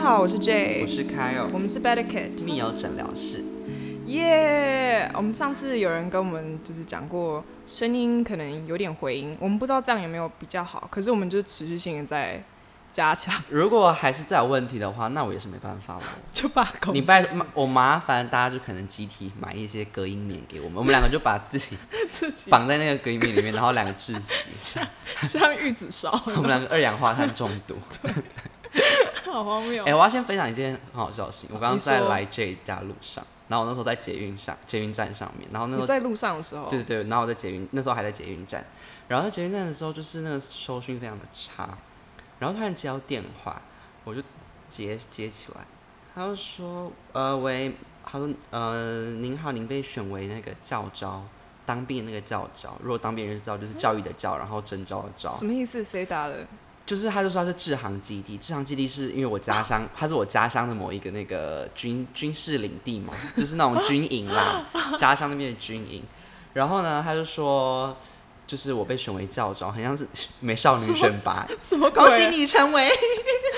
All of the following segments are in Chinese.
好，我是 J，我是 Kyle，我们是 Better Kid，密友诊疗室。耶我们上次有人跟我们就是讲过，声音可能有点回音，我们不知道这样有没有比较好，可是我们就是持续性的在加强，如果还是再有问题的话，那我也是没办法了。 就罢工。 你拜我麻烦大家就可能集体买一些隔音棉给我 们，我们两个就把自己自己绑在那个隔音棉里面，然后两个窒 息，像玉子烧，我们两个二氧化碳中毒。好荒谬。哎、我要先分享一件很好笑的事情。我刚刚你说在来 J 家路上，然后我那时候在捷运上，捷运站上面，然后那时你候在路上的时候，对对对，然后我在捷运那时候还在捷运站，然后在捷运站的时候就是那个收讯非常的差，然后突然接到电话，我就接接起来，他就说呃喂，他说呃您好，您被选为那个教招，当兵的那个教招，如果当兵人知道就是教育的教，然后征招的招，什么意思？谁打的？就是他就说他是制航基地，制航基地是因为我家乡，他是我家乡的某一个那个军军事领地嘛，就是那种军营啦，家乡那边的军营。然后呢，他就说，就是我被选为教招，很像是美少女选拔，什么鬼？恭喜！你成为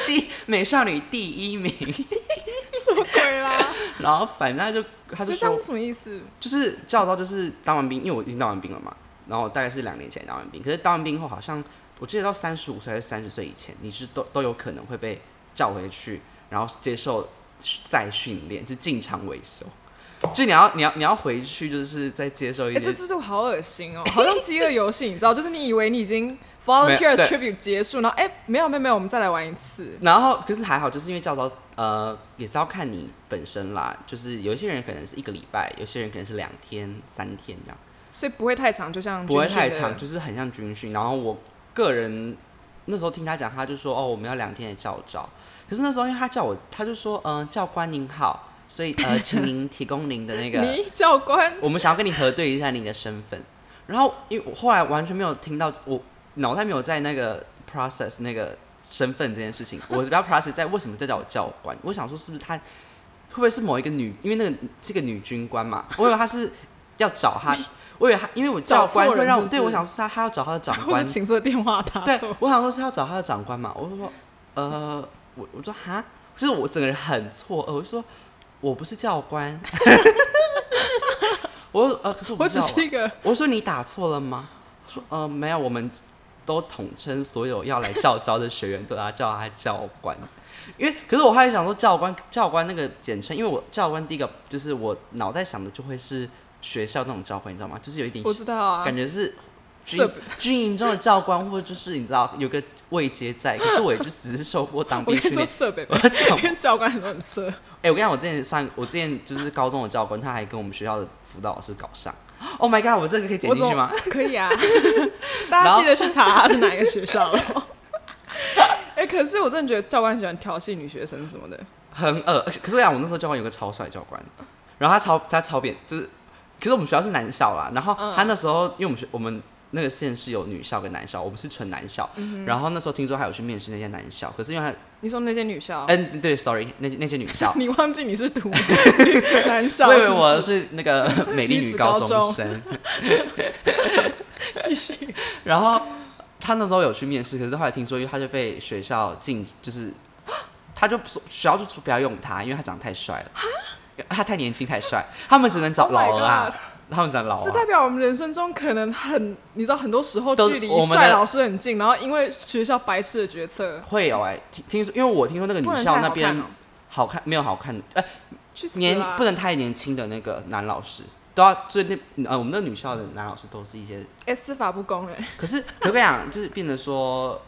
第美少女第一名。什么鬼啦？然后反正他就 他所就以这样说是，什么意思？就是教招就是当完兵，因为我已经当完兵了嘛，然后大概是两年前当完兵，可是当完兵后好像我记得到三十五岁还是三十岁以前，你是都都有可能会被叫回去，然后接受再训练，就进厂维修，就你要你要你要回去就是再接受哎、一这些。制度好恶心哦，好像饥饿游戏，你知道，就是你以为你已经没 volunteer 有对 tribute 结束，然后哎、没有没有没有，我们再来玩一次。然后，可是还好，就是因为教招，呃，也是要看你本身啦。就是有一些人可能是一个礼拜，有些人可能是两天、三天这样。所以不会太长，就像不会军训太的长，就是很像军训。然后我个人那时候听他讲，他就说哦，我们要两天的教招。可是那时候因为他叫我，他就说嗯、呃教官您好，所以呃，请您提供您的那 个，你教官我们想要跟你核对一下您的身份。然后因为我后来完全没有听到，我脑袋没有在那个 process 那个身份这件事情，我比较 process 在为什么在叫我教官。我想说是不是他会不会是某一个女，因为那个是个女军官嘛，我以为他是要找他，我以为他因为我教官找错人会让我是不是对我想说他他要找他的长 或者官，请这电话打对错，我想说是要找他的长官嘛，我就说呃我我说哈，就是我整个人很错愕，我就说我不是教官， 我说呃可是我不我是教只官是一个我说你打错了吗？他说呃没有，我们都统称所有要来教招的学员都要叫他教官，因为可是我后来想说教官教官那个简称，因为我教官第一个就是我脑袋想的就会是学校那种教官，你知道吗？就是有一点我知道啊感，觉是军社军营中的教官，或者就是你知道有个位阶在，可是我也就只是受过当我兵跟你说训练。色北 我北，懂因为教官很多很色，哎、我跟你讲，我之前上，我之前就是高中的教官，他还跟我们学校的辅导老师搞上。Oh my god！我这个可以剪我进去吗？？可以 啊，大家记得去查是哪一个学校 咯。哎、可是我真的觉得教官喜欢调戏女学生什么的，很恶。可是我讲，我那时候教官有个超帅教官，然后他超他超扁，就是，可是我们学校是男校啦，然后嗯他那时候因为我们学我们那个县是有女校跟男校，我们是纯男校，嗯然后那时候听说他有去面试那些男校，可是因为他，你说那些女校，嗯、对，sorry，那那些女校，你忘记你是读男校我以是不是？为我啊是 那个美丽女女子高高中中生， 继续，然后他那时候有去面试，可是后来听说，因为他就被学校禁，就是他就说学校就说不要用他，因为他长得太帅了，他太年轻太帅，他们只能找 Oh my 老鹅啊，他们找老这鹅啊代。表我们人生中可能很，你知道，很多时候都距离我们的帅老师很近，然后因为学校白痴的决策，会有哎、听听说，因为我听说那个不女能校太那好边看哦啊好看没有好看的，呃，去死年啦不能太年轻的那个男老师都要，所以那呃我们那女校的男老师都是一些，哎、司法不公哎、可是可是我跟你讲，就是变得说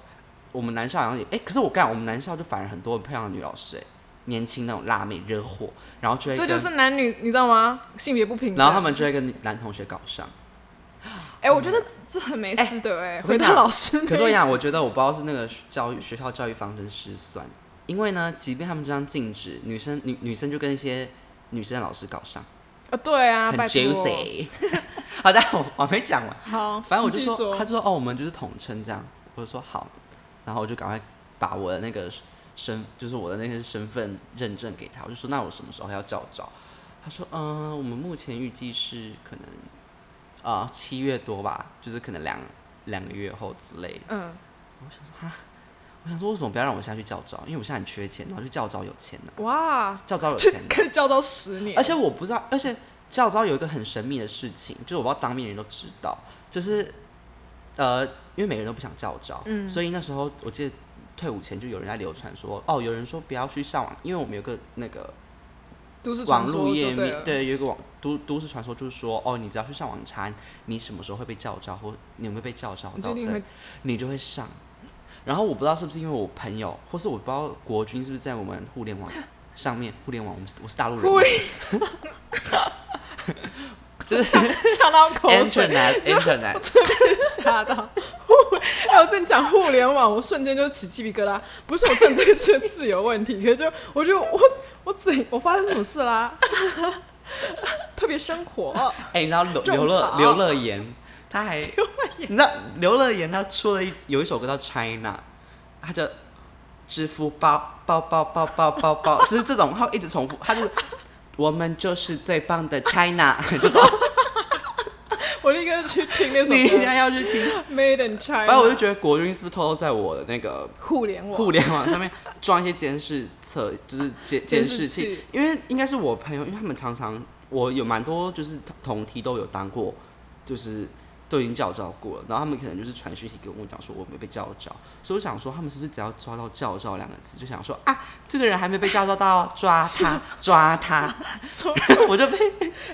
我们男校好像也哎、可是我跟你讲，我们男校就反而很多很漂亮的女老师哎、年轻那种辣妹惹火，然后就会这就跟，是男女，你知道吗？性别不平等。然后他们就会跟男同学搞上。哎、我觉得这很没事的哎、我回跟你到讲老师那一集，啊可是我跟你讲，我觉得我不知道是那个教育学校教育方针失算，因为呢，即便他们这样禁止女生女女生就跟一些女生的老师搞上。啊，对啊，很拜托 juicy。好 的，我我还没讲完，好，反正我就你继续说，说，他就说哦，我们就是统称这样，我就说好，然后我就赶快把我的那个身，就是我的那个身份认证给他，我就说那我什么时候要叫招？他说嗯、我们目前预计是可能啊七、月多吧，就是可能两两个月后之类的。嗯，我想说哈，我想说为什么不要让我下去教招？因为我现在很缺钱，然后去教招有钱呐、哇，教招有就钱、呐可以教到十年，而且我不知道，而且教招有一个很神秘的事情，就是我不知道当兵的人都知道，就是呃，因为每个人都不想教招，嗯所以那时候我记得退伍前就有人在流传说，哦，有人说不要去上网，因为我们有个那个都市网传说络就页对面，了，对，有一个网都都市传说，就是说，哦，你只要去上网查你什么时候会被叫招，或你有没有被叫招你到确定这会，你就会上。然后我不知道是不是因为我朋友，或是我不知道国军是不是在我们互 联网上面，互联网我们是我是大陆人嘛，互联 就是呛到口水， internet internet，吓到。 互，哎，我正讲互联网，我瞬间就起鸡皮疙瘩。不是我正对这个字有问题，可是就我就我我怎我发生什么事啦？ 特别生活，哎，你知道刘种刘乐草刘乐言，他还你知道刘乐言他出了一有一首歌叫 China，他叫支付宝包包包包包 包，就是这种，他会一直重复，他就是我们就是最棒的 China， 我立刻去听那首你一定歌要去听。 《Made in China》。反正我就觉得国军是不是偷偷在我的那个互联网，互联网上面装一些监视测，就是监监监视视器器，因为应该是我朋友，因为他们常常我有蛮多就是同梯都有当过，就是都已经叫招过了，然后他们可能就是传讯息给我，跟我讲说我没被叫招，所以我想说他们是不是只要抓到叫招两个字，就想说啊这个人还没被叫招到，抓 他抓他，说我就被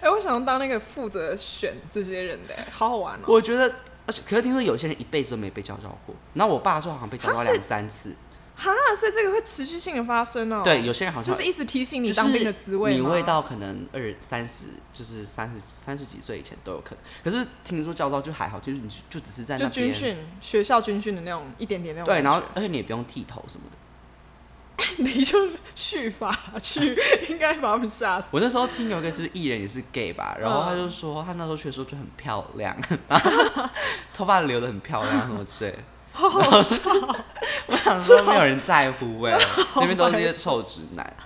哎、我想当那个负责选这些人的、好好玩哦、我觉得。而且，可是听说有些人一辈子都没被叫招过。然后我爸说好像被叫招他是两三次。哈，所以这个会持续性的发生哦、对，，有些人好像就是一直提醒你就是当兵的滋味吗，你会到可能二三十，就是三十三十几岁以前都有可能。可是听说教招就还好，就是你就只是在就那军边训学校军训的那种一点点那种对，感觉，然后而且你也不用剃头什么的。 你就续法 去，应该把他们吓 死。我那时候听有一个就是艺人也是 gay 吧，然后他嗯就说他那时候去的时候就很漂亮， 然后头发留的很漂亮什么之类 的。好好笑，我想说没有人 在乎哎、那边都是一些白臭直 男。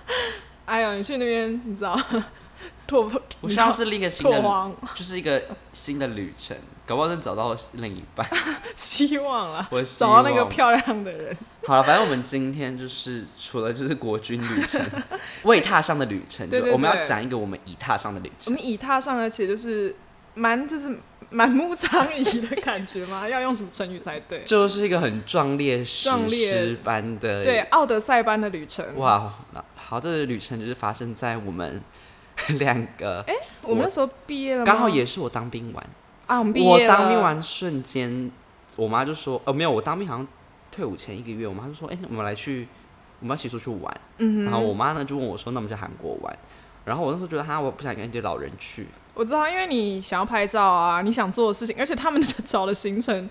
哎呦，你去那边你知道， 拓破我希望是另一个新拓的，荒， 就是一个新的旅程，搞不好能找到另一半。希望啦，我希找到那个望漂亮的 人。好了，反正我们今天就是除了就是国军旅 程，未踏上的旅程，就对对对我们要讲一个我们已踏上的旅我程。们以踏上，而且就是蛮就是满目疮痍的感觉吗？ 要用什么成语才对？就是一个很壮烈史壮烈诗般的，对，，奥德赛般的旅程。哇，那好，这个旅程就是发生在我们两个，我们那时候毕业了吗，刚好也是我当兵完，啊，我们毕业我了当兵，完瞬间，我妈就说，呃，没有，我当兵好像退伍前一个月，我妈就说，哎、我们来去，我们要一起出去玩。嗯然后哼，我妈呢就问我说，那我们去韩国玩。然后我那时候觉得，哈，我不想跟一堆老人去，我知道，因为你想要拍照啊，你想做的事情，而且他们找的行程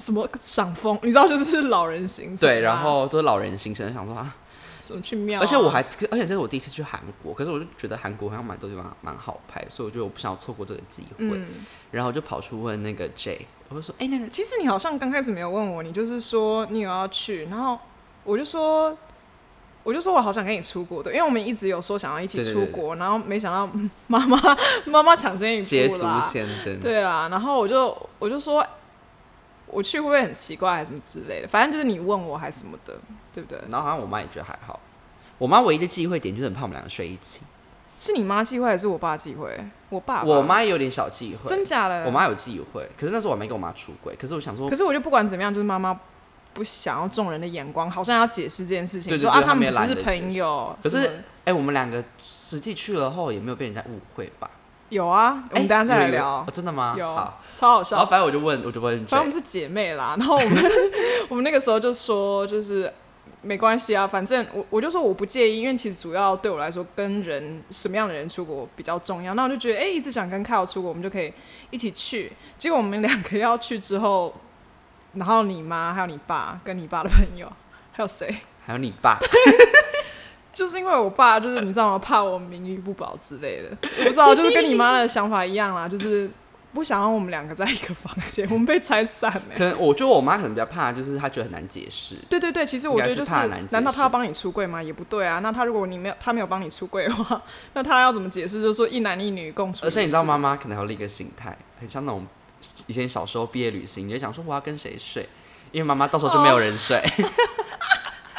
什么赏枫，你知道就是老人行程啊、对，然后都是老人行程，想说啊，什么去庙啊、而且我还，而且这是我第一次去韩国，可是我就觉得韩国好像蛮多地方蛮好拍，所以我觉得我不想错过这个机会，嗯，然后我就跑去问那个 J，我就说，哎、那个其实你好像刚开始没有问我，你就是说你有要去，然后我就说。我就说，我好想跟你出国的，因为我们一直有说想要一起对对出对国，然后没想到嗯妈 妈妈妈抢先一捷步足啦，先登，，对啦，然后我就我就说，我去会不会很奇怪，还是什么之类的？反正就是你问我还是什么的，对不对？然后好像我妈也觉得还好，我妈唯一的忌讳点就是很怕我们两个睡一起，是你妈忌讳还是我爸忌讳？我爸吧，我妈也有点小忌讳真，假的？我。妈有忌讳，可是那时候我还没跟我妈出轨，可是我想说可。是我就不管怎么样，就是妈妈不想要众人的眼光，好像要解释这件事情，对对说啊，对他他们们也只懒得是解释朋友。可是什么哎、我们两个实际去了后也没有被人家误会吧？有啊，我哎们等一下再有来有聊哦，。真的吗？有好，超好然后笑。反正我就问，我就问 J，反正我们是姐妹啦， 然后我们我们那个时候就说，就是没关系啊，反正我我就说我不介意，因为其实主要对我来说跟人什么样的人出国比较重要。那我就觉得，哎、一直想跟 Kyle 出国，我们就可以一起去。结果我们两个要去之后，然后你妈还有你爸跟你爸的朋友 还有谁，还有你爸，就是因为我爸就是你知道吗，怕我名誉不保之类的，我不知道，就是跟你妈的想法一样啦，就是。不想让我们两个在一个房间，我们被拆散了、可能我觉得我妈可能比较怕，就是她觉得很难解释。对对对，其实我觉得应该就是是怕难解释，难道他要帮你出柜吗？也不对啊。那他如果你没有他没有帮你出柜的话， 那他要怎么解释？就是说一男一女共处，而且你知道？妈妈可能还有另一个心态，很像那种以前小时候毕业旅行，你就想说我要跟谁睡，因为妈妈到时候就没有人睡。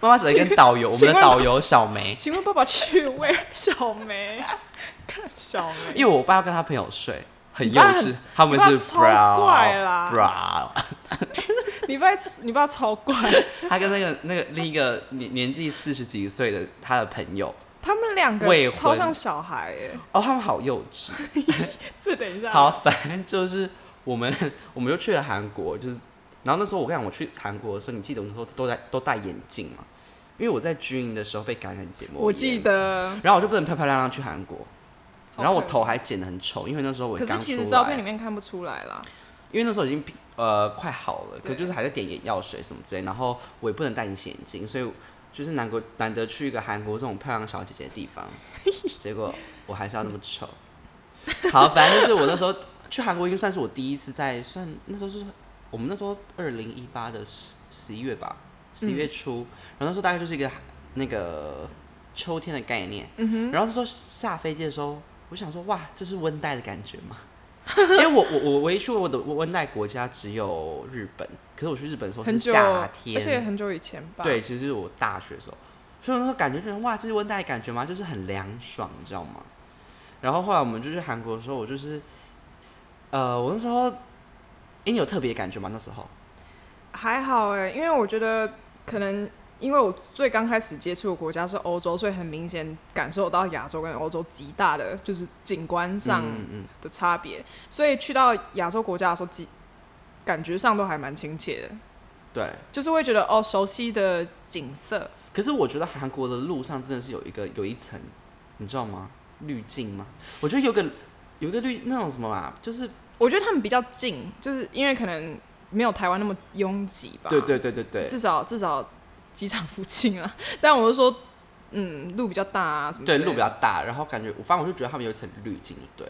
妈妈只能跟导游，我哦请们问的导游小梅，请问爸爸去喂小梅？ 看小梅，因为我爸跟他朋友睡，很你幼爸稚很，他们你是爸超怪啦 bra 你爸 你爸超怪，他跟那个那个另一个年年纪四十几岁的他的朋友，他们两未个婚超像小孩耶。哦，他们好幼稚。这等一下，好，反正就是我们 我们就去了韩国，就是然后那时候我跟你讲，我去韩国的时候，你记得我那时候都在都戴眼镜嘛，因为我在军营的时候被感染结膜炎，我记得。然后我就不能漂漂亮亮去韩国，好然后我可怜头还剪得很丑，因为那时候我可是刚其出实照片里来，面看不出来啦。因为那时候已经呃快好了，可对就是还在点眼药水什么之类，然后我也不能戴隐形眼镜，所以就是难国难得去一个韩国这种漂亮小姐姐的地方， 结果我还是要那么丑。好，反正就是我那时候去韩国，应该算是我第一次在算那时候是我们那时候二零一八的十十一月吧，十一月初，然后那时候大概就是一个那个秋天的概念。嗯哼，然后那时候下飞机的时候，我想说，哇，这是温带的感觉吗？ 因为我我我唯一去过的温带国家只有日本，可是我去日本的时候是很久，哦夏而天，且很久以前吧。对，，其实是我大学的时候，所以我那时候感觉就是哇，这是温带的感觉吗？就是很凉爽，你知道吗？然后后来我们就去韩国的时候，我就是，呃，我那时候，因你有特别感觉吗？那时候还好哎、因为我觉得可能因为我最刚开始接触的国家是欧洲，所以很明显感受到亚洲跟欧洲极大的就是景观上嗯嗯的差别，所以去到亚洲国家的时候，几感觉上都还蛮亲切的，嗯，对。就是会觉得哦，熟悉的景色，可是我觉得韩国的路上真的是有一个有一层，你知道吗？滤镜吗？我觉得有个有一个滤那种什么啊，就是我觉得他们比较近，就是因为可能没有台湾那么拥挤吧。对对对对对至少至少机场附近啊。 但我是说，嗯，路比较大啊，什么对之类路比较的大，然后感觉我反正我就觉得他们有一层滤镜，对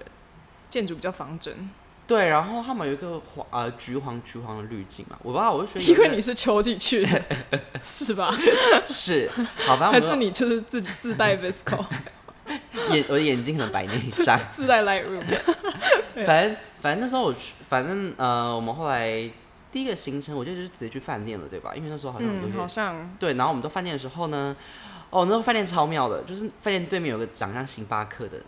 建筑比较方正，对，然后他们有一个黄呃橘黄橘黄的滤镜嘛，我不知道，我就觉得因有一为个你是秋季去的， 是吧？是好，反还正是我你就是自己自 带 Visco，的眼我的眼睛可能白内障，自带 Lightroom？反正反正那时候我去，反正呃我们后来第一个行程我就就是直接去饭店了，对吧？因为那时候好像有嗯，点好像对，然后我们到饭店的时候呢，哦，那个饭店超妙的，就是饭店对面有个长相星巴克的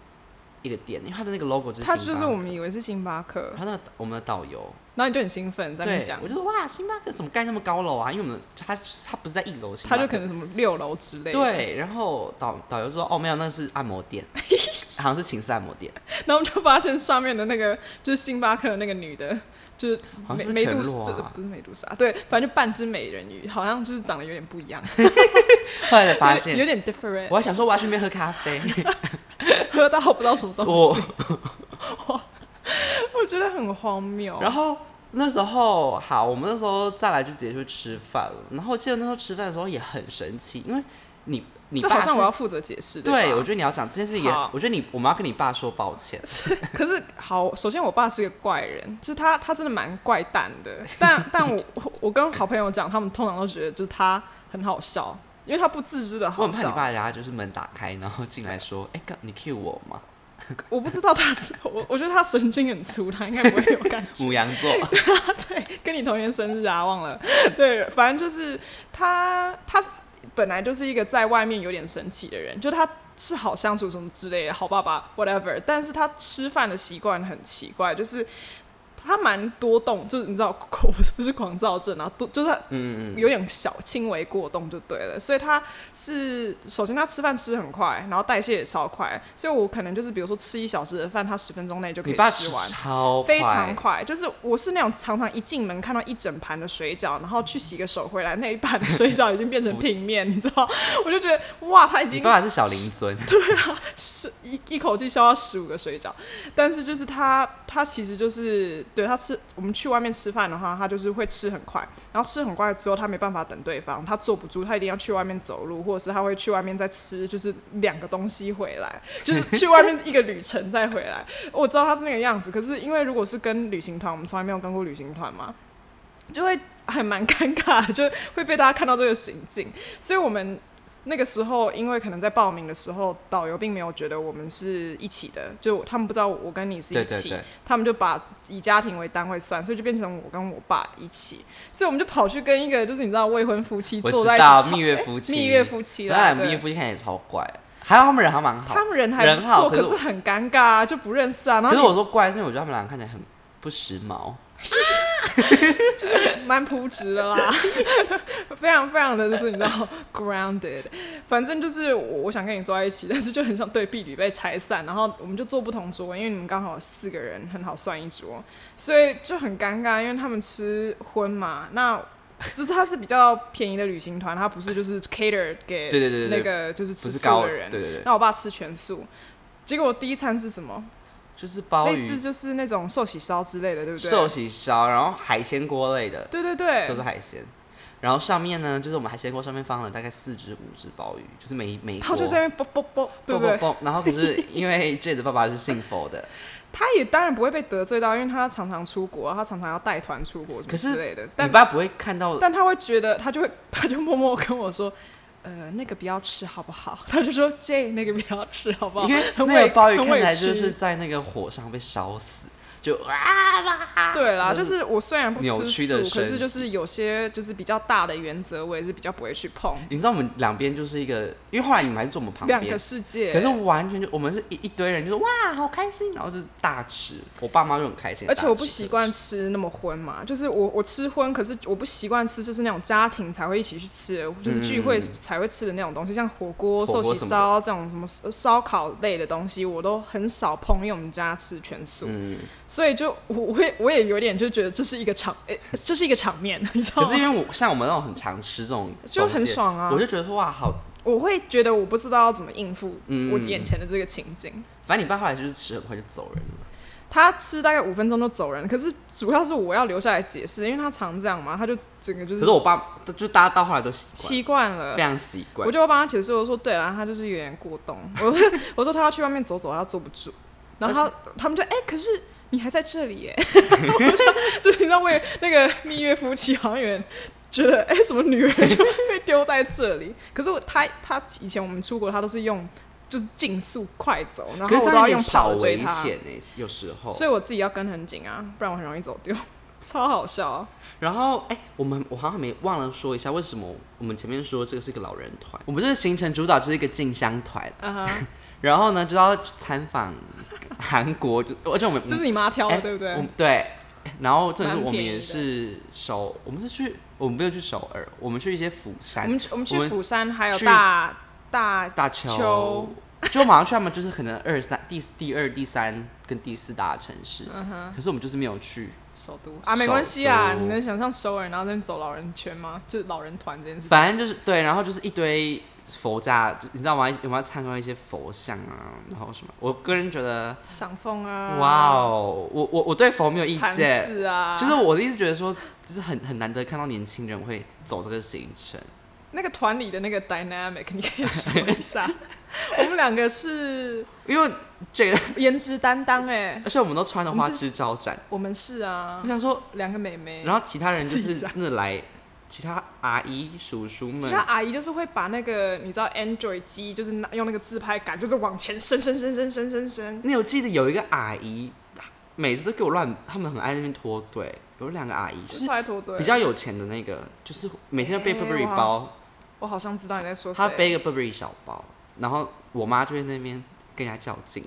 一个店，因为它的那个 logo 就是星他巴克。就是我们以为是星巴克然，后那个我们的导游，然后你就很兴奋在那对边讲我，就说哇，星巴克怎么盖那么高楼啊？因为我们它它不是在一楼，星巴他克就可能什么六楼之类的，，对。然后导导游说哦，没有，那是按摩店，好像是情色按摩店，然后我们就发现上面的那个就是星巴克的那个女的，就是好梅像是不是梅全杜裸莎，啊不是梅杜莎，对，反正就半只美人鱼，好像就是长得有点不一样，后来才发有现。点 different。我还想说，我要去那边喝咖啡。喝到不知道什么东我西，我觉得很荒谬。然后那时候好，我们那时候再来就直接去吃饭了。然后我记得那时候吃饭的时候也很神奇，因为你你这爸好像是我要负责解释，对，我吧？觉得你要讲这件事也，好我觉得你我们要跟你爸说抱歉。可是好，首先我爸是个怪人，就是他他真的蛮怪诞 的，但但我我我跟好朋友讲，他们通常都觉得就是他很好笑，因为他不自知的我好很怕你笑。爸人家就是门打开，然后进来说：“哎、干你 cue 我吗我不知道他， 我我觉得他神经很粗，他应该不会有感？”觉。母羊座，对， 跟你同年生日啊，忘了。 对，反正就是他，他本来就是一个在外面有点神奇的人，就他是好相处什么之类的，好爸爸 whatever，但是他吃饭的习惯很奇怪，就是他蛮多动，就是你知道，我不是狂躁症啊，多就是他嗯嗯嗯，有点小轻微过动就对了，所以他是首先他吃饭吃很快，然后代谢也超快，所以我可能就是比如说吃一小时的饭，他十分钟内就可你以爸吃吃完，超非常快快，就是我是那种常常一进门看到一整盘的水饺，然后去洗个手回来，那一盘水饺已经变成平面，你知道？我就觉得哇，他已你经爸爸是小林尊，是一一口气消掉十五个水饺，但是就是他他其实就是对他吃我们去外面吃饭的话，他就是会吃很快，然后吃很快之后他没办法等对方，他坐不住，他一定要去外面走路，或者是他会去外面再吃，就是两个东西回来， 就是 去外面一个旅程再回来。哦我知道他是那个样子，可是因为如果是跟旅行团，我们从来没有跟过旅行团嘛，就会还蛮尴尬，就会被大家看到这个行径，所以我们。那个时候，因为可能在报名的时候，导游并没有觉得我们是一起的，就他们不知道我跟你是一对起，对对，他们就把以家庭为单位算，所以就变成我跟我爸一起，所以我们就跑去跟一个就是你知道未婚夫妻我坐知在一道起吵，哎蜜月夫妻，蜜月夫妻啦，那蜜对月。夫妻看起来也超怪，还好他们人还蛮好他。们人还人不好错，可是可是我很尴尬啊，就不认识啊。然可是后我说怪，是因为我觉得他们两个看起来很不时髦。你蛮朴直的啦， 非常非常的就是你知道 grounded。反正就是我我想跟你坐在一起，但是就很想对避旅被拆散，然后我们就坐不同桌，因为你们刚好四个人很好算一桌，所以就很尴尬，因为他们吃荤嘛，那。就是它是比较便宜的旅行团，它不是就是 cater 给对对对对那个就是吃不是素高的人。对对对，那我爸吃全素，结果我第一餐是什么？就是鲍类似鱼、就是那种寿喜烧之类的，对不对？寿喜烧，然后海鲜锅类的对对对，都是海鲜。然后上面呢，就是我们海鲜锅上面放了大概四只五只鲍鱼，就是每一每一然后锅。就在那边啵啵啵，对不对？嘣嘣嘣然后可是因为 J 的爸爸是信佛的，他也当然不会被得罪到，因为他常常出国，他常常要带团出国什么可是之类的。你 但爸不会看到但他会觉得，他就会 他就默默跟我说。呃，那个不要吃好不好？ 他就说 J 那个不要吃好不好？因为很那委个鲍 鱼很看委起来就屈是在那个火上被烧死，就啊哇对啦，就就是是我虽然不扭吃曲素的，可是身就是有些就是比较大的原则，我也是比较不会去碰。你知道我们两边就是一个，因为后来你们还是坐我们旁两边个，世界，可是完全就我们是一一堆人，就是哇好开心，然后就是大吃，我爸妈就很开心，而且我不大吃习惯，吃那么荤嘛，就是我我吃荤，可是我不习惯吃，就是那种家庭才会一起去吃的，就是聚会才会吃的那种东西，像火锅、嗯火寿锅喜什么的烧这种什么烧烧烤类的东西，我都很少碰，因为我们家吃全素，嗯，所以就我我也我也有点就觉得这是一个场，诶、这是一个场面，你知道可吗是？因为我像我们那种很常吃这种东西，就很爽啊我！就觉得说哇好，我会觉得我不知道要怎么应付嗯我眼前的这个情境。反正你爸后来就是吃很快就走人了，他吃大概五分钟就走人，可是主要是我要留下来解释，因为他常这样嘛，他就整个就可是我爸就大家到后来都习习惯了惯，非常习惯我，就帮他解释，我说对啦，他就是有点过 动。我我说他要去外面走走，他坐不住。然后他他们就哎、可是你还在这里耶！ 我就就你知道，我也那个蜜月夫妻好像有点觉得，哎、怎么女人就被丢在这里？可是我他他以前我们出国，他都是用就是竞速快走，然可后我是这都样要有用点小跑的追危他，险哦呢、有时候。所以我自己要跟很紧啊，不然我很容易走丢，超好笑 啊、然后，哎、我们我好像没忘了说一下，为什么我们前面说这个是个老人团，我们这个行程主导就是一个进香团，嗯哼，然后呢就要参访韩国，就而且我们 这是你妈挑的，哎对不对我？们对，然后这是蛮我们便宜也的是首，我们是去我们没有去首尔，我们去一些釜我山、们去我们我去们釜山，还有去大大大邱，邱就马上去他们就是可能二三第第二、第三跟第四大的城市，嗯可是我们就是没有去，首都啊，没首关系啊，都你能想象首尔然后在那边走老人圈吗？就是老人团这件事情。反正就是对，然后就是一堆佛家，就你知道吗？有没有参观一些佛像啊？然后什么？我个人觉得，赏枫啊，哇，哦，我我我对佛没有意禅见，寺啊，就是我的意思，觉得说，就是很很难得看到年轻人会走这个行程。那个团里的那个 dynamic，你可以说一下。 我们两个是因为这个， 颜值担当哎、而且我们都穿的我们花是枝招展。我们是啊我，想说，两个妹妹。然后其他人就自己是讲真的来，其他阿姨叔叔其们他，阿姨就是会把那个你知道 Android 机，就是拿用那个自拍杆，就是往前伸伸伸伸伸伸伸。你有记得有一个阿姨，每次都给我乱，他们很爱那边脱队。有两个阿姨我是超爱脱队，比较有钱的那个，就是每天都背哎 Burberry 我好包，我好像知道你在说谁。他背一个 Burberry 小包，然后我妈就在那边跟人家较劲，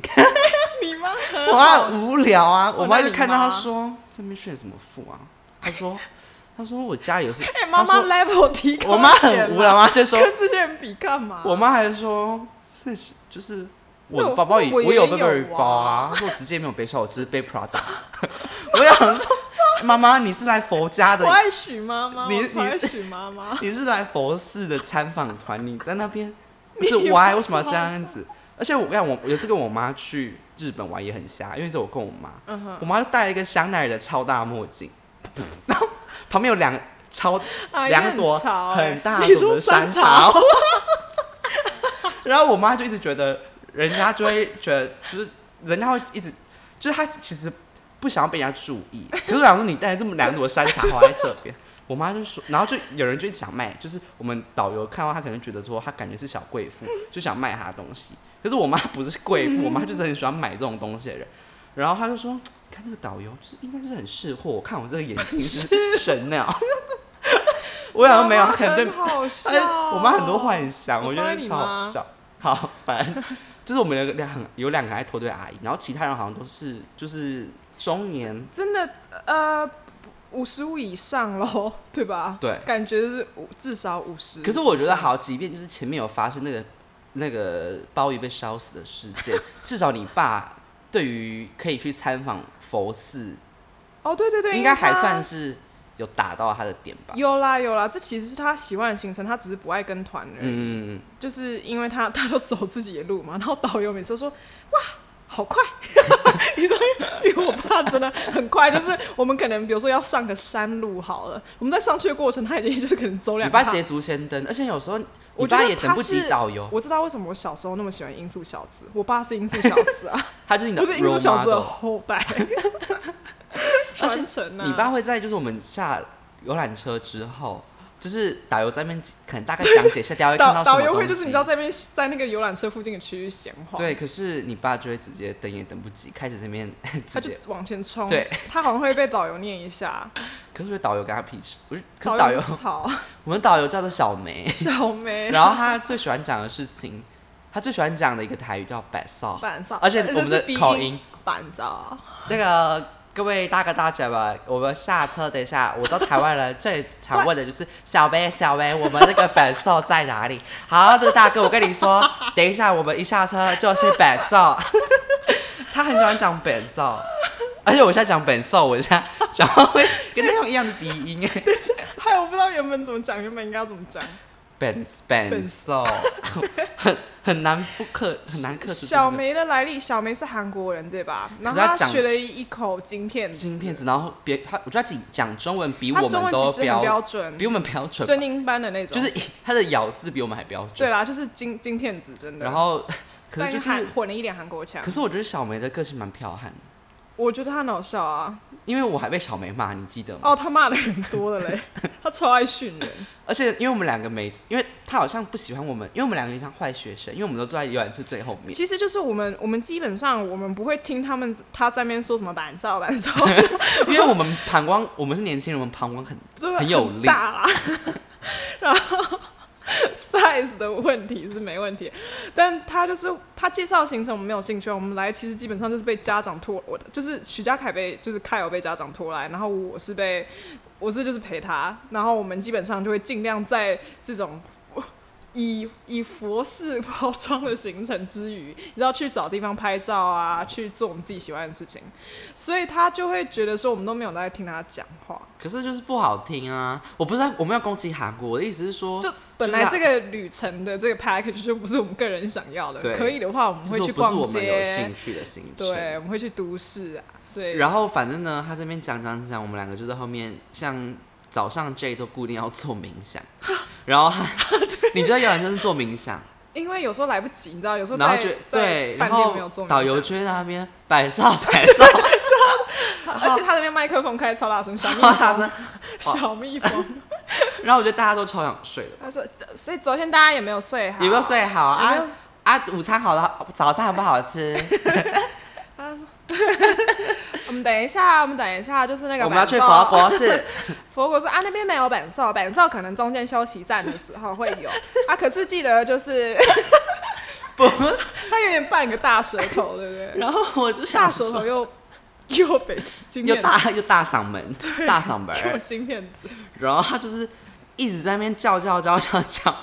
你妈很 我妈很无聊啊，我我妈那就你看到他妈说这边炫什么富啊，她说她说我家里有事， 哎，妈妈她说 level 提高我妈一点很啦无聊，我妈就说跟这些人比干嘛？我妈还说这是就是。我那的包包也我也有有 Burberry 包啊，她说我直接没有背出来，我只是背 Prada。我想说，妈妈你是来佛家的我，爱许妈妈，你我超你爱许妈妈。 你是来佛寺的参访团，你在那边，就是歪，为什么要这样子？而且我跟你讲，我有次跟我妈去日本玩也很瞎，因为这我跟我妈，嗯哼，我妈就戴了一个香奈儿的超大墨 镜，然后旁边有两超阿姨两啊很朵潮欸很大你朵说的山茶，茶， 然后我妈就一直觉得人家就会觉得就是人家会一直就是她其实不想要被人家注意，可是我想说你带这么两朵山茶花在这边，我妈就说，然后就有人就想卖，就是我们导游看到她可能觉得说她感觉是小贵妇，就想卖她的东西。可是我妈不是贵妇，我妈就是很喜欢买这种东西的人。然后她就说，看那个导游，就是应该是很识货。我看我这个眼睛是神鸟。 我想说没有，她可能对妈妈很好笑哦哎，，我妈很多幻想，我我觉得超爱你超妈好笑。好，反正就是我们有两有两个爱拖队的阿姨，然后其他人好像都是就是中年，真的呃五十五以上喽，对吧？对感觉是五至少五十。可是我觉得，好，即便就是前面有发生那个那个鲍鱼被烧死的事件，至少你爸对于可以去参访佛寺，哦，对对对，应该还他算是有打到他的点吧。有啦有啦，这其实是他喜欢的行程，他只是不爱跟团而已。嗯，就是因为他他都走自己的路嘛，然后导游每次都说哇。好快， 你知道，因为我爸真的很快，就是我们可能比如说要上个山路好了，我们在上去的过程，他已经就是可能走你两爸趟。捷足先登，而且有时候你我觉爸得也等他不及是导游，我知道为什么我小时候那么喜欢音速小子， 我爸是音速小子啊，他就是你的不是音速 role 小子的 model。后代， 而且传承啊。你爸会在就是我们下游览车之后，就是导游在那边可能大概讲解一下，大家会看导到导什么游会东西。就是你知道在那边在那个游览车附近的区域闲晃，对，可是你爸就会直接等也等不及，开始在那边他就直接。往前冲，对，他好像会被导游念一下，可是导游跟他屁事，不是？可是导游很，吵， 我们导游叫做小 梅，小梅，然后他最喜欢讲的事情，他最喜欢讲的一个台语叫“白少板上，”，而且我们是的鼻口音，板 上，那个各位大哥大姐们，我们下车等一下。我知道台湾人最常问的就是小薇小薇，我们那个本兽在哪里？ 好，这个大哥，我跟你 说，等一下我们一下车就是本兽。他很喜欢讲本兽，而且我现在讲本兽，我现在讲话会跟那种一样的鼻音哎，还有我不知道原本怎么讲，原本应该要怎么讲，本本兽，很很难不克，很难克制这个小梅的来历，小梅是韩国人对吧？然后她她讲学了一口金片子，金片子，然后别他，我觉得他讲讲中文比我她们中文都其实很标比准，我们标准吧真音班的那种，就是他的咬字比我们还标对准。啦，就是金金片子真的，然后， 可是但就是是韩，混了一点韩国腔可，是我觉得小梅的个性蛮剽悍的，我觉得她很好笑啊。因为我还被小梅骂，你记得吗？哦，他骂的人多了 嘞，他超爱训人。而且因为我们两个每次，因为她好像不喜欢我们，因为我们两个有点像坏学生，因为我们都坐在游览车最后面。其实 就是我们，我们基本上我们不会听他们他在那边说什么板照板照，因为我们膀胱，我们是年轻人，我们膀胱很就是很有力大啦。 然后 size 的问题是没问题，但他就是他介绍行程我们没有兴趣啊，我们来其实基本上就是被家长拖，我就是许家凯被就是凯尔被家长拖来，然后我是被我是就是陪他，然后我们基本上就会尽量在这种。以以佛寺包装的行程之余，你知道去找地方拍照啊，去做我们自己喜欢的事情，所以他就会觉得说我们都没有在听他讲话，可是就是不好听啊！我不是在我们要攻击韩国，我的意思是说，就哦本来这个旅程的这个 package 就不是我们个人想要的，对可以的话我们这会是去不是逛我们有街兴，趣的行程。对，我们会去都市啊，所以然后反正呢，他这边讲讲讲，我们两个就在后面，像早上 J 都固定要做冥 想，然后他你知道有人真是做冥想，因为有时候来不及，你知道，有时候然后在就在对，饭然店没有后做冥想导游就会在那边摆上摆上，而且他那边麦克风开超大声，小 蜜超大蜂，声，小蜜 蜂， 然后我觉得大家都超想 睡的，他说，所以昨天大家也没有睡好，有没有睡好有没有啊？啊，午餐好了，早餐好不好吃？我们等一下，我们等一下，就是 那个我们要板去照佛博士，佛国说啊，那边没有板哨，板哨可能中间休息站的时候会 有啊。可是记得就是， 不，他有点半个大舌头，对不对？然后我就大想舌头说，又又被金又片子，大又大嗓门，大 嗓门，又金片子，然后他就是一直在那边叫叫叫叫叫，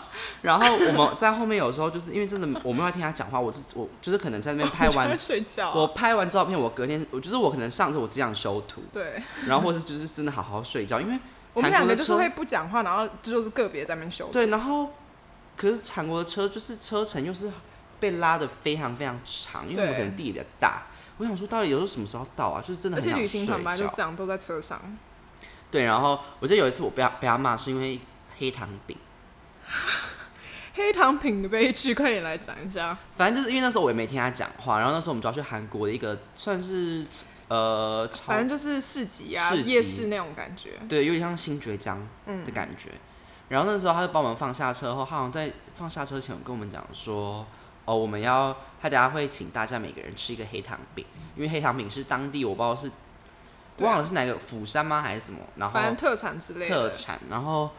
然后我们在后面有时候就是因为真的我没有听他讲话，我是我就是可能在那边拍我就会完，睡觉啊、我拍完照片，我隔天我就是我可能上次我只想修图，对，然后或是就是真的好好睡觉，因为我们韩两国个的就是车会不讲话，然后就是个别在那边休。对，然后可是韩国的车就是车程又是被拉的非常非常长，因为我们对可能地也比较大。我想说，到底有时候什么时候到啊？就是真的而很且想旅睡行团本来就觉。这样，都在车上。对，然后我记得有一次我被他被他骂，是因为黑糖饼。黑糖品的悲剧，快点来讲一下。反正就是因为那时候我也没听他讲话，然后那时候我们就要去韩国的一个算是呃，超反正就是市集啊、市集夜市那种感觉。对，有点像新觉江嗯的感觉。然后那时候他就把我们放下车后，他好像在放下车前有跟我们讲说，哦，我们要他等下会请大家每个人吃一个黑糖饼，因为黑糖饼是当地我不知道是对啊忘了是哪个釜山吗还是什么，然后反正特产之类特的，产，然后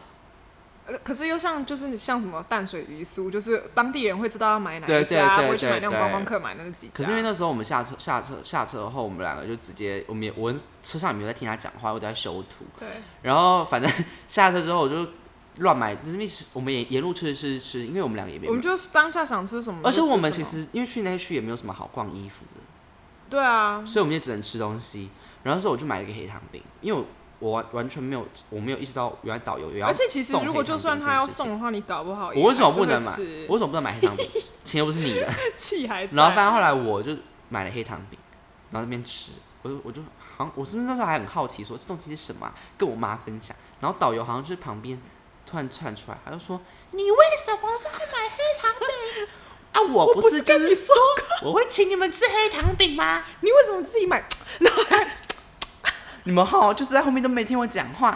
呃可是又像就是像什么淡水鱼酥，就是当地人会知道要买哪对一家，对对不会去买那种对对观光客买那几家。可是因为那时候我们下车下车下车后，我们两个就直接我们也我车上也没有在听他讲话，我在修图，对，然后反正下车之后我就乱买，因为是我们也沿路吃吃吃，因为我们两个也没有我们就是当下想吃什么就而吃什且么，我们其实因为去那区也没有什么好逛衣服的，对啊，所以我们也只能吃东西。然后那时候我就买了一个黑糖饼，因为我我完完全没有我没有意识到原来导游也要而且其实送如果黑糖就算饼他要这件事情送的话，你搞不好也我为什么还是不能会买吃 我为什么不能买黑糖饼？钱又不是你的。气还在然后反正后来我就买了黑糖饼，然后在那边吃，我就我就好像我是不是那时候还很好奇说这东西是什么啊、跟我妈分享。然后导游好像就是旁边突然窜出来，他就说：“你为什么是会买黑糖饼？啊，我不是就是说我会请你们吃黑糖饼吗？ 你为什么自己买？ 你们哈就是在后面都没听我讲话。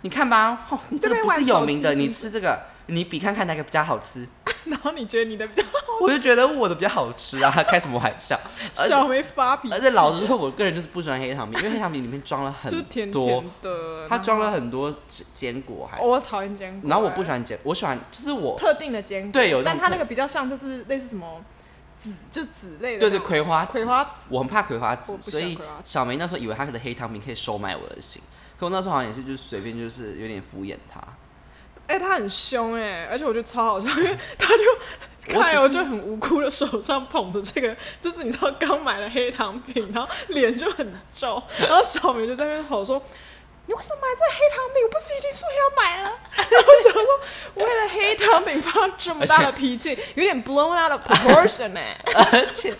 你看吧，哦，你这这个边不玩是手有名机的，是不你是吃这个，你比看看哪个比较好吃。然后你觉得你的比较我就觉得我的比较好吃啊， 开什么玩笑？而且小没发脾气， 而且老实说，我个人就是不喜欢黑糖饼，因为黑糖饼里面装了很就甜多甜，的，它然装了后很多坚果还，哦我讨厌坚果，然后我不喜欢欢坚，我喜欢就是我特定的坚果，对有那但种它那个比较像就是类似什么籽，就籽类的，对对，葵花葵籽，花籽，我很怕葵花籽我，不喜所欢以葵花籽，小梅那时候以为她的黑糖饼可以收买我的心，可我那时候好像也是就是随便就是有点敷衍她，哎，它很凶哎，而且我觉得超好笑，因为它就。 我看只来我是就很无辜的手上捧着这个，就是你知道刚买了黑糖饼，然后脸就很皱，然后小明就在那边吼说：“你为什么买这黑糖饼？我不是已经说要买了？”然后想说为了黑糖饼发这么大的脾气，有点 blown out of proportion 哎、而且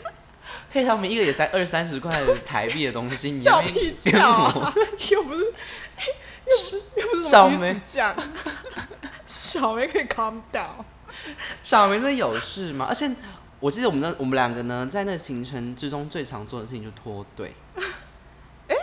黑糖饼一个也才二三十块的台币的东西，你叫那边屁跟叫我啊！又不是，哎又不是，又不是什小么鱼梅子酱， 小梅可以 calm down。小明真的有事吗？而且我记得我们那我们两个呢，在那行程之中最常做的事情就脱队。哎、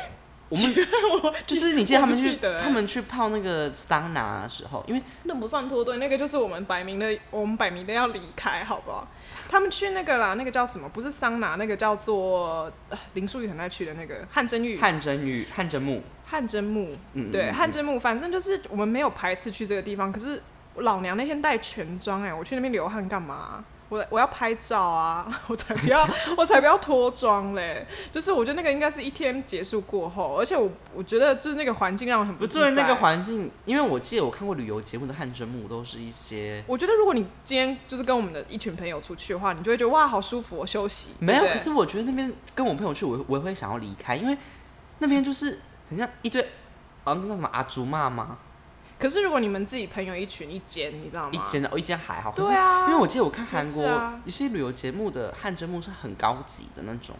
我们 就是你记得他们我不去、记得欸他们去泡那个桑拿的时候，因为那不算脱队，那个就是我们摆明的，我们摆明的要离开，好不好？他们去那个啦，那个叫什么？不是桑拿，那个叫做、呃林淑宇很爱去的那个汗蒸浴、汗蒸浴、汗蒸木，汗蒸木，嗯，对，嗯汗蒸木，反正就是我们没有排斥去这个地方。可是老娘那天带全妆哎、我去那边流汗干嘛、我我要拍照啊， 我才不 要，我才不要脱妆嘞！就是我觉得那个应该是一天结束过后，而且我我觉得就是那个环境让我很不不自作为那在个环境，因为我记得我看过旅游节目的汗蒸木都是一些我觉得如果你今天就是跟我们的一群朋友出去的话，你就会觉得哇，好舒服、哦，休息。没有，对不对可是我觉得那边跟我朋友去，我我也会想要离开，因为那边就是很像一堆啊，那叫什么阿竹妈吗？可是如果你们自己朋友一群一间，你知道吗？一间的哦，一间还好，可是对啊，因为我记得我看也韩是国啊有些旅游节目的汗蒸幕是很高级的那种，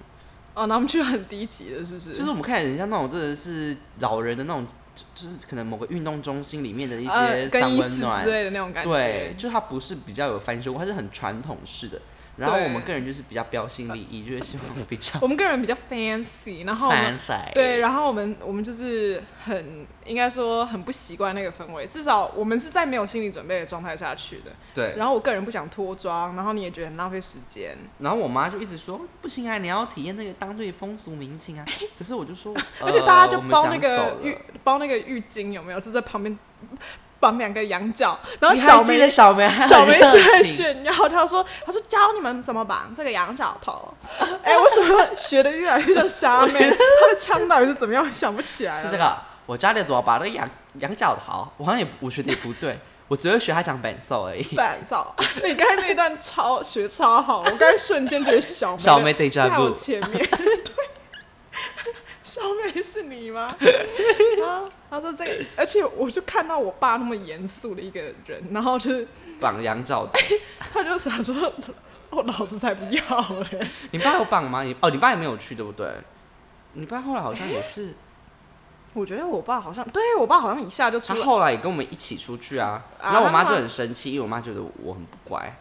哦，那我们去很低级的，是不是？就是我们看人家那种真的是老人的那种，就就是可能某个运动中心里面的一呃些更三衣温室暖之，类的那种感觉。对，就它不是比较有翻修过，它是很传统式的。然后对我们个人就是比较标新立异，就是希望比较我们个人比较 fancy，然后我们散彩。对，，然后我们我们就是很应该说很不习惯那个氛围，至少我们是在没有心理准备的状态下去的。对。然后我个人不想脱妆，然后你也觉得很浪费时间。然后我妈就一直说不行啊，你要体验那个当地风俗民情啊。可是我就说， 而且大家呃就我们包想那个走了浴包那个浴巾有没有？就在旁边绑两个羊角，然后你还小记得梅小梅还很小梅热是在情炫耀，她说她说教你们怎么绑这个羊角头。哎、为什么学的越来越像虾妹？ 她的腔到底是怎么样？我想不起来了。是这个，我家里怎么把那个羊羊角桃，我好像也我学的也不对， 我只会学他讲本兽而已。 烦躁。你刚才那一段超学超好，我刚才瞬间觉得小梅小妹在 deja vu 我前面，对，小妹是你吗？ 然后他说这个，而且我就看到我爸那么严肃的一个人，然后就是绑羊角 桃，他就想说，我老子才不要嘞！ 你爸有绑吗？你哦，你爸也没有去对不对？你爸后来好像也是，我觉得我爸好像，对我爸好像一下就出他来。后来也跟我们一起出去啊，啊然后我妈他就后来很生气，因为我妈觉得我很不乖。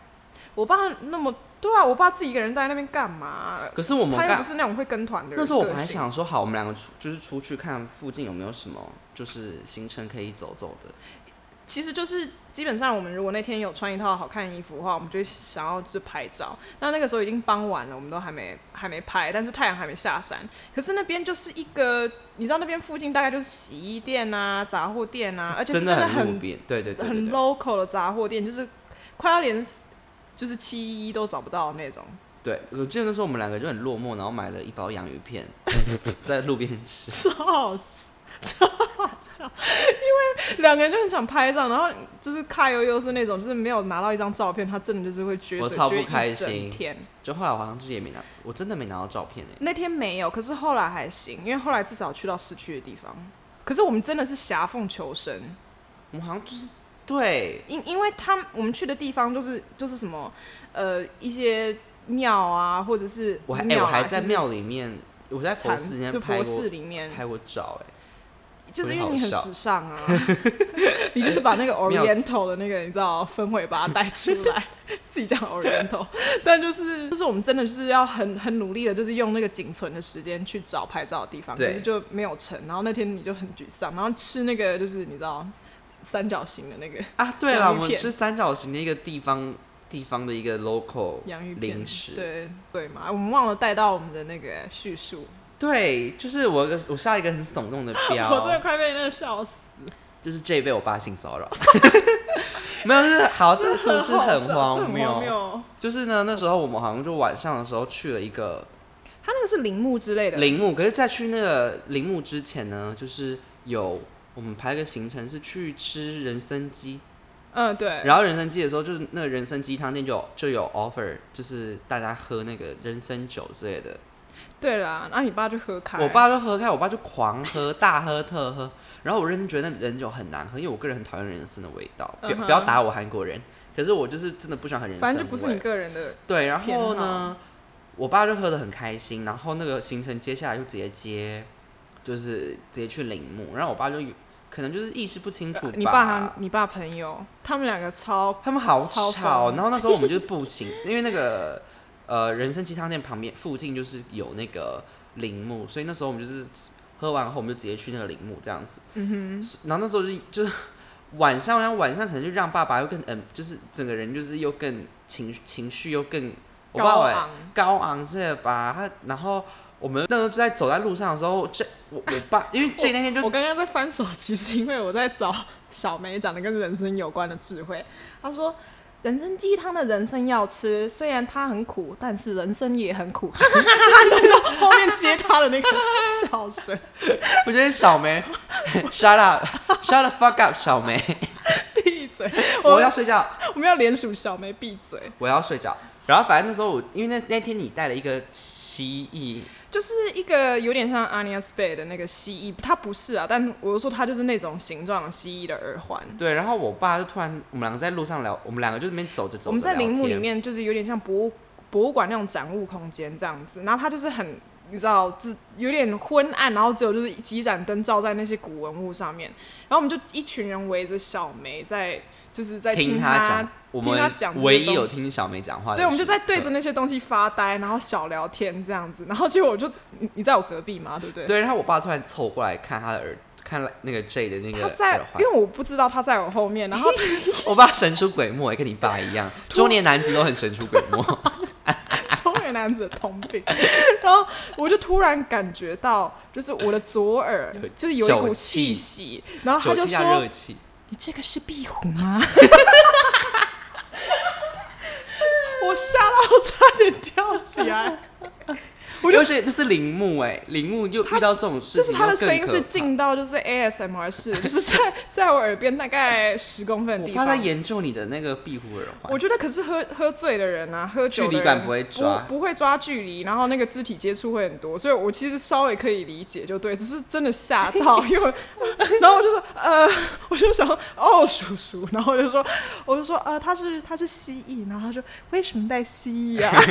我爸那么对啊，我爸自己一个人待在那边干嘛？可是我们他又干不是那种会跟团的人。那时候我本来个性，想说，好，我们两个出就是出去看附近有没有什么就是行程可以走走的。其实就是基本上我们如果那天有穿一套好看的衣服的话，我们就会想要就拍照。那那个时候已经傍晚了，我们都还没还没拍，但是太阳还没下山。可是那边就是一个，你知道那边附近大概就是洗衣店啊、杂货店啊，而且是真真的很路很边，对对对对很对 local 的杂货店，就是快要连就是七一都找不到那种。对，我记得那时候我们两个就很落寞，然后买了一包洋芋 片在路边 吃。超好笑，超好笑，因为两个人就很想拍照，然后就是卡悠悠是那种，就是没有拿到一张照片，他真的就是会撅嘴，我超不撅一开整心天就后来我好像就是也没拿，我真的没拿到照片哎、那天没有，可是后来还行，因为后来至少去到市区的地方。可是我们真的是狭缝求生，我们好像就是对因因为他们我们去的地方就是就是什么呃一些庙啊，或者是我还哎、庙我啊还在就是庙里面，我在佛禅寺里面就拍佛寺过里面拍过照哎、就是我觉因得为你好很笑时尚啊， 你就是把那个 没有 Oriental 的那个你知道氛围把它带出来，自己讲 Oriental，但就是就是我们真的就是要很很努力的，就是用那个仅存的时间去找拍照的地方，可对是就没有成。然后那天你就很沮丧，然后吃那个就是你知道三角形的那个啊对了，洋我芋们片是三角形的一个地方地方的一个 local 洋芋片零，食，对对嘛，我们忘了带到我们的那个叙述，对，就是我有个我下一个很耸动的 标，我真的快被那个笑死。就是这被我爸性骚扰。 没有，就是好，这个故事好很笑这荒荒谬。谬。就是呢，那时候我们好像就晚上的时候去了一个他那个是铃木之类的，陵墓，可是，在去那个陵墓之前呢，就是有我们排了个行程是去吃人参鸡，嗯对，然后人参鸡的时候，就是那个人参鸡汤店就有就有 offer，就是大家喝那个人参酒之类的。对啦，那、你爸就喝开。我爸就喝开，我爸就狂喝，大喝特喝。然后我认真觉得那人酒很难喝，因为我个人很讨厌人参的味道。不要嗯哼不要打我韩国人，可是我就是真的不喜欢喝人参反的正就味。不是你个人的，对，然偏后好呢，我爸就喝得很开心，然后那个行程接下来就直接接，就是直接去陵墓。然后我爸就有可能就是意识不清楚吧。呃你爸啊他你爸朋友，他们两个超他们好超吵，疯然后那时候我们就是步行， 因为那个呃人参鸡汤店旁边附近就是有那个陵墓，所以那时候我们就是喝完后我们就直接去那个陵墓这样子。嗯哼。然后那时候就是就是晚上，然后晚上可能就让爸爸又更嗯，就是整个人就是又更情情绪又更我爸高爸昂，高昂之类的吧。他然后我们那时候就在走在路上的时候，这我我爸因为这那天就 我刚刚在翻手机，是因为我在找小梅讲的跟人生有关的智慧。她说，人参鸡汤的人参要吃，虽然它很苦，但是人生也很苦。 你知道后面接他的那 个笑声，我觉得小梅 ，shut up，shut the fuck up，小梅，闭嘴！ 我我要睡觉。我们要联署小梅闭嘴。我要睡觉。然后反正那时候我，因为那那天你带了一个蜥蜴，就是一个有点像 Anya Spade 的那个蜥蜴，它不是啊，但我又说它就是那种形状的蜥蜴的耳环。对，然后我爸就突然，我们两个在路上聊，我们两个就在那边走着走着，我们在陵墓里，面就是有点像博物博物馆那种展物空间这样子，然后它就是很。你知道，就是有点昏暗，然后只有就是几盏灯照在那些古文物上面，然后我们就一群人围着小梅在，就是在听她讲，我听他讲这些们唯一东西有听小梅讲话的时对，刻，我们就在对着那些东西发呆，然后小聊天这样子，然后结果我就你你在我隔壁嘛，对不对？对，然后我爸突然凑过来看他的耳，看了那个 J 的那个他在耳，因环为，我不知道他在我后面，然后我爸神出鬼没，跟你爸一样，中年男子都很神出鬼没。 中年男子的通病。 然后我就突然感觉到，就是我的左耳有就是有一股酒气气息，然 后他酒 就气加说热气，：“你这个是壁虎吗？” 我吓到差点跳起来。我就又是那是陵墓哎，陵墓又遇到这种事就是情，他的又更声音是可怕近到就是 ASMR 式的，就是在在我耳边大概十公分的我地爸在方。研究你的那个壁虎耳环我。觉得可是喝喝醉的人啊，喝酒的距离感人不会抓不，不会抓距离，然后那个肢体接触会很多，所以我其实稍微可以理解，就对，只是真的吓 到，因为我，然后我就说，呃， 我就想，哦，叔叔，然后我就说，我就说，呃，他是他是蜥蜴，然后他说为什么带蜥蜴 啊？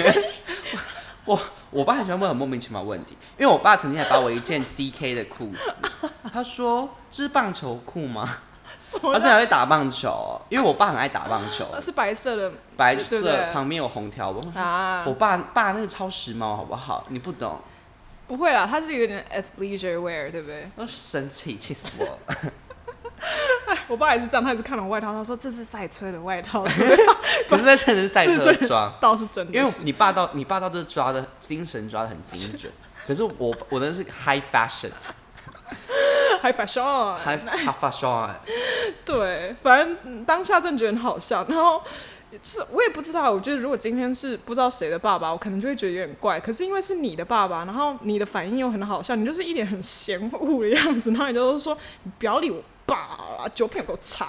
我我爸很喜欢问很莫名其妙的问题，因为我爸曾经还把我一件 CK 的裤子，他说这是棒球裤吗？什他么真的的？还会打棒球哦，因为我爸很爱打棒 球，是白色的白对不对色旁边有红条。我说啊我？爸爸那个超时髦好不好？你不懂，不会啦，它是有点 athleisure wear，对不对？我生气，气死 我了。哎我爸也是这样，他也是看了我外套，他说这是赛车的外 套，可是那真的是赛是车真的装，倒是真的因为是。你爸到你爸到这抓的精神抓的很 精准。可是我我的是 high fashion，high High fashion， high fashion， 对，反正嗯当下真的觉得很好笑，然后。就是我也不知道，我觉得如果今天是不知道谁的爸爸，我可能就会觉得有点怪。可是因为是你的爸爸，然后你的反应又很好笑，你就是一脸很嫌恶的样子，然后你就说你不要理我爸啦，酒品给我查。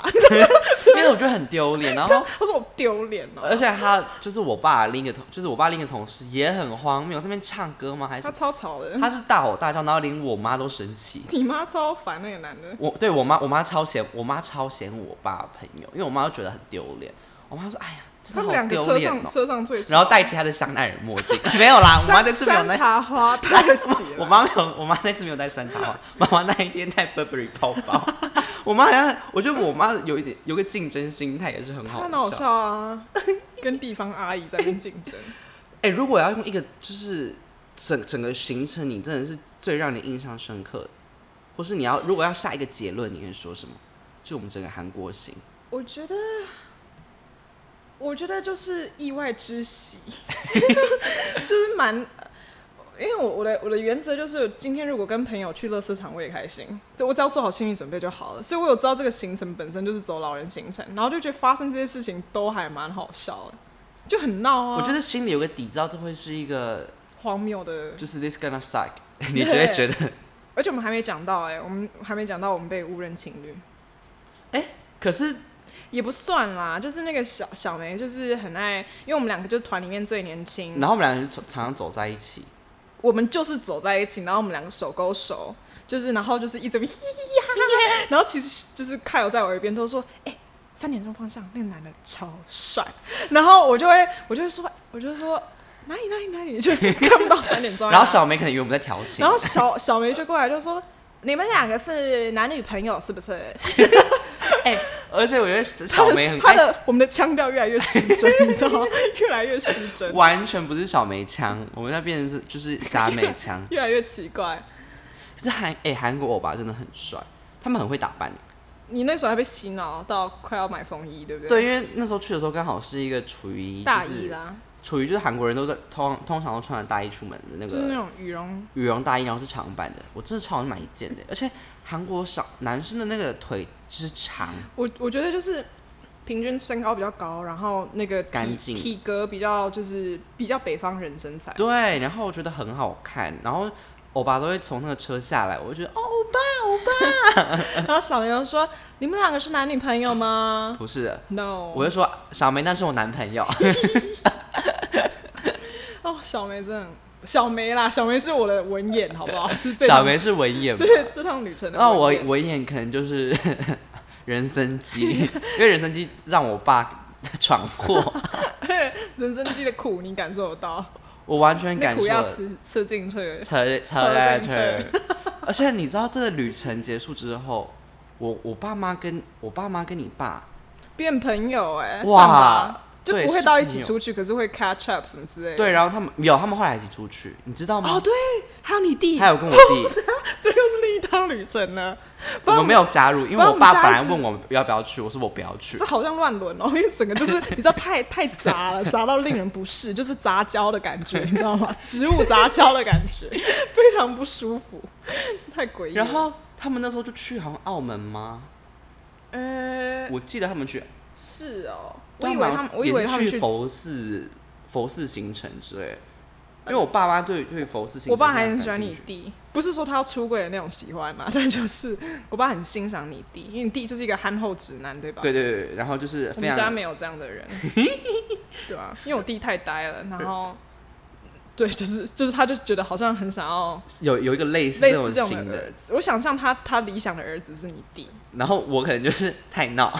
因为我觉得很丢脸。然后他说我丢脸了，而且他就是我爸另一个同，就是我爸另一个同事也很荒谬，在那边唱歌吗？还是他超吵的，他是大吼大叫，然后连我妈都生气。你妈超烦那个男的，我对我妈，我妈超嫌我妈超嫌我爸朋友，因为我妈都觉得很丢脸。我妈说：“哎呀，真他的们两好个丢车脸上、哦。车上最”然后戴起她的香奈儿墨镜， 没有啦，我妈山这次没有山戴。茶花太起我 了，妈没有，我妈那次没有戴山茶花，妈妈那一天戴 Burberry 包包。 我妈好像，我觉得我妈有一点有个竞争心态，也是很他好很笑。好笑啊，跟地方阿姨在那边竞争。哎、如果要用一个就是整整个行程，你真的是最让你印象深刻的，或是你要如果要下一个结论，你会说什么？就我们整个韩国行，我觉得，我觉得就是意外之喜， 就是蛮，因为我我的我的原则就是，今天如果跟朋友去乐色场，我也开心，对我只要做好心理准备就好了。所以我有知道这个行程本身就是走老人行程，然后就觉得发生这些事情都还蛮好笑的，就很闹啊，我觉得心里有个底，知道这会是一个荒谬的。就是 this gonna suck，你就会 觉得。而且我们还没讲到哎、我们还没讲到我们被误认情侣。可是也不算啦，就是那个小小梅，就是很爱，因为我们两个就是团里面最年轻，然后我们两个人常常走在一起，嗯我们就是走在一起，然后我们两个手勾手，就是然后就是一直嘻嘻哈哈，然后其实就是凯友在我耳边都说，哎、三点钟方向那个男的超帅，然后我就会我就会说，我就会说哪里哪里哪里，就看不到三点钟在哪。 然后小梅可能以为我们在调情啊然，后小小梅就过来就说，你们两个是男女朋友是不是？哎、而且我觉得小梅很哎他快的我们的腔调越来越失真，你知道吗？越来越失真，哎完全不是小梅腔，我们那变成是就是傻梅腔。 越来越奇怪。可是韩哎韩国欧巴真的很帅，他们很会打扮。你那时候还被洗脑到快要买风衣，对不对？对，因为那时候去的时候刚好是一个处于就大一是啦，处于就是韩国人都在通通常都穿着大衣出门的那就是那个种羽绒，羽绒大衣，然后是长版的，我真的超想买一件的。而且韩国小男生的那个腿之长，我我觉得就是平均身高比较高，然后那个体干净体格比较就是比较北方人身材。对，然后我觉得很好看，然后欧巴都会从那个车下来，我就觉得哦然后小牛说：“你们两个是男女朋友吗不是的， ？”No， 我就说小梅那是我男朋友，哦，小梅真的很小梅啦，小梅是我的文眼，好 不好？就是这趟小梅是文眼嘛，对这趟旅程的那哦我文眼文眼可能就是 人参鸡，因为人参鸡让我爸闯祸。 人生记的苦你感受得 到，我完全那感受苦要了，吃吃进 去。扯扯扯来进扯去而且你知道这个旅程结束之后，我我爸妈跟我爸妈跟你爸，变朋友哎、哇算吧，就对不会是到一朋起友出去，可是会 catch up 什么之类的。对，然后他们有他们后来一起出去，你知道吗？哦，对，还有你弟，还有跟我弟，这又是另一趟旅程呢。不然我们没有加入，因不为然我我们爸家本来是问我们要不要去，我说我不要去这。好像乱伦哦，因为整个就是 你知道太太杂了，杂到令人不适，就是杂交的感觉，你知道吗？植物杂交的感觉， 非常不舒服，太诡异了。然后他们那时候就去好像澳门吗？呃，我记得他们去，是哦，我对以为他们，我以也为是他们去去，佛寺佛寺行程之类的，因为我爸妈对对佛寺行程，呃我爸还很喜欢你。弟，不是说他要出柜的那种喜欢嘛，但就是我爸很欣赏你弟，因为你弟就是一个憨厚直男，对吧？对对对，对然后就是我非们家常没有这样的 人，对啊，因为我弟太呆了，然后 对，就是就是，他就觉得好像很想要有有一个类似类这似种这型种的儿子。我想象他他理想的儿子是你弟，然后我可能就是太闹，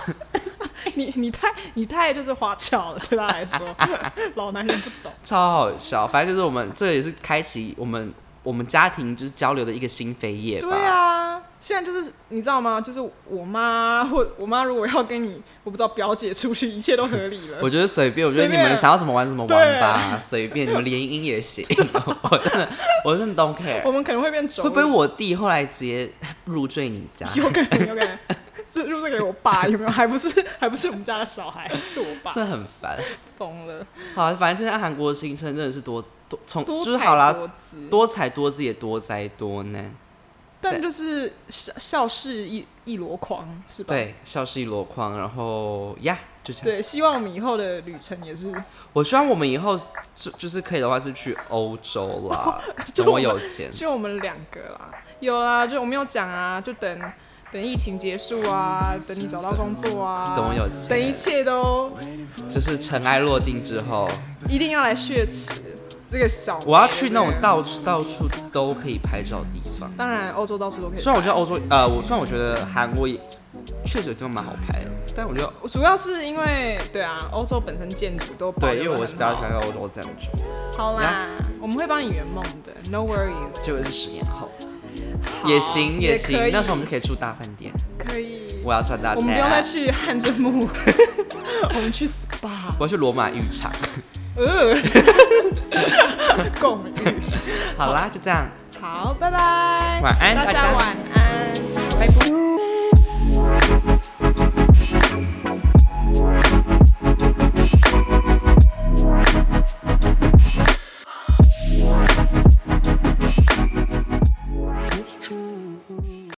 哎你你太你太就是花俏了，对他来说， 老男人不懂。 超好笑。反正就是我们这也是开启我们我们家庭就是交流的一个新扉页吧。对啊，现在就是你知道吗？就是我妈或我妈如果要跟你，我不知道表姐出去，一切都合理了。我觉得随便，我觉得随你便们想要怎么玩怎么玩吧， 随便，你们联姻也行。我真的，我真的 don't care。我们可能会变轴，会不会我弟后来直接入赘你家？有可能，有可能。 这入赘给我爸有没有？还不是还不是我们家的小孩，是我爸真的很烦。疯了，好，反正现在韩国的新生真的是多多从多就是才好啦，多姿多才多姿也多灾多难。但就是笑笑是一一箩筐，是吧？对，笑是一箩筐，然后呀，就这样。对，希望我们以后的旅程也是，我希望我们以后就就是可以的话是去欧 洲啦，就等我我有钱。希望我们两个啦，有啦，就我们有讲啊，就等等疫情结束啊，等你找到工作啊，等我有钱等一切都就是尘埃落定之后，一定要来血池这个小，我要去那种。到处到处都可以拍照的地方。当然，欧洲到处都可以虽。然我觉得欧洲，呃，我虽然我觉得韩国也确实有地方蛮好拍的，但我觉得主要是因为，对啊，欧洲本身建筑都保对，留因为得我很是比较喜好欢欧洲建筑，好啦，我们会帮你圆梦的，No worries。结果是十年后也行也行可，以那时候我们可以住大饭店，可以。我要赚大我们不用再钱。去汗蒸 木，我们去 SPA。我要去罗马浴场。 呃，共浴。好啦，就这样。好，拜拜。晚安大大家家晚安。拜拜。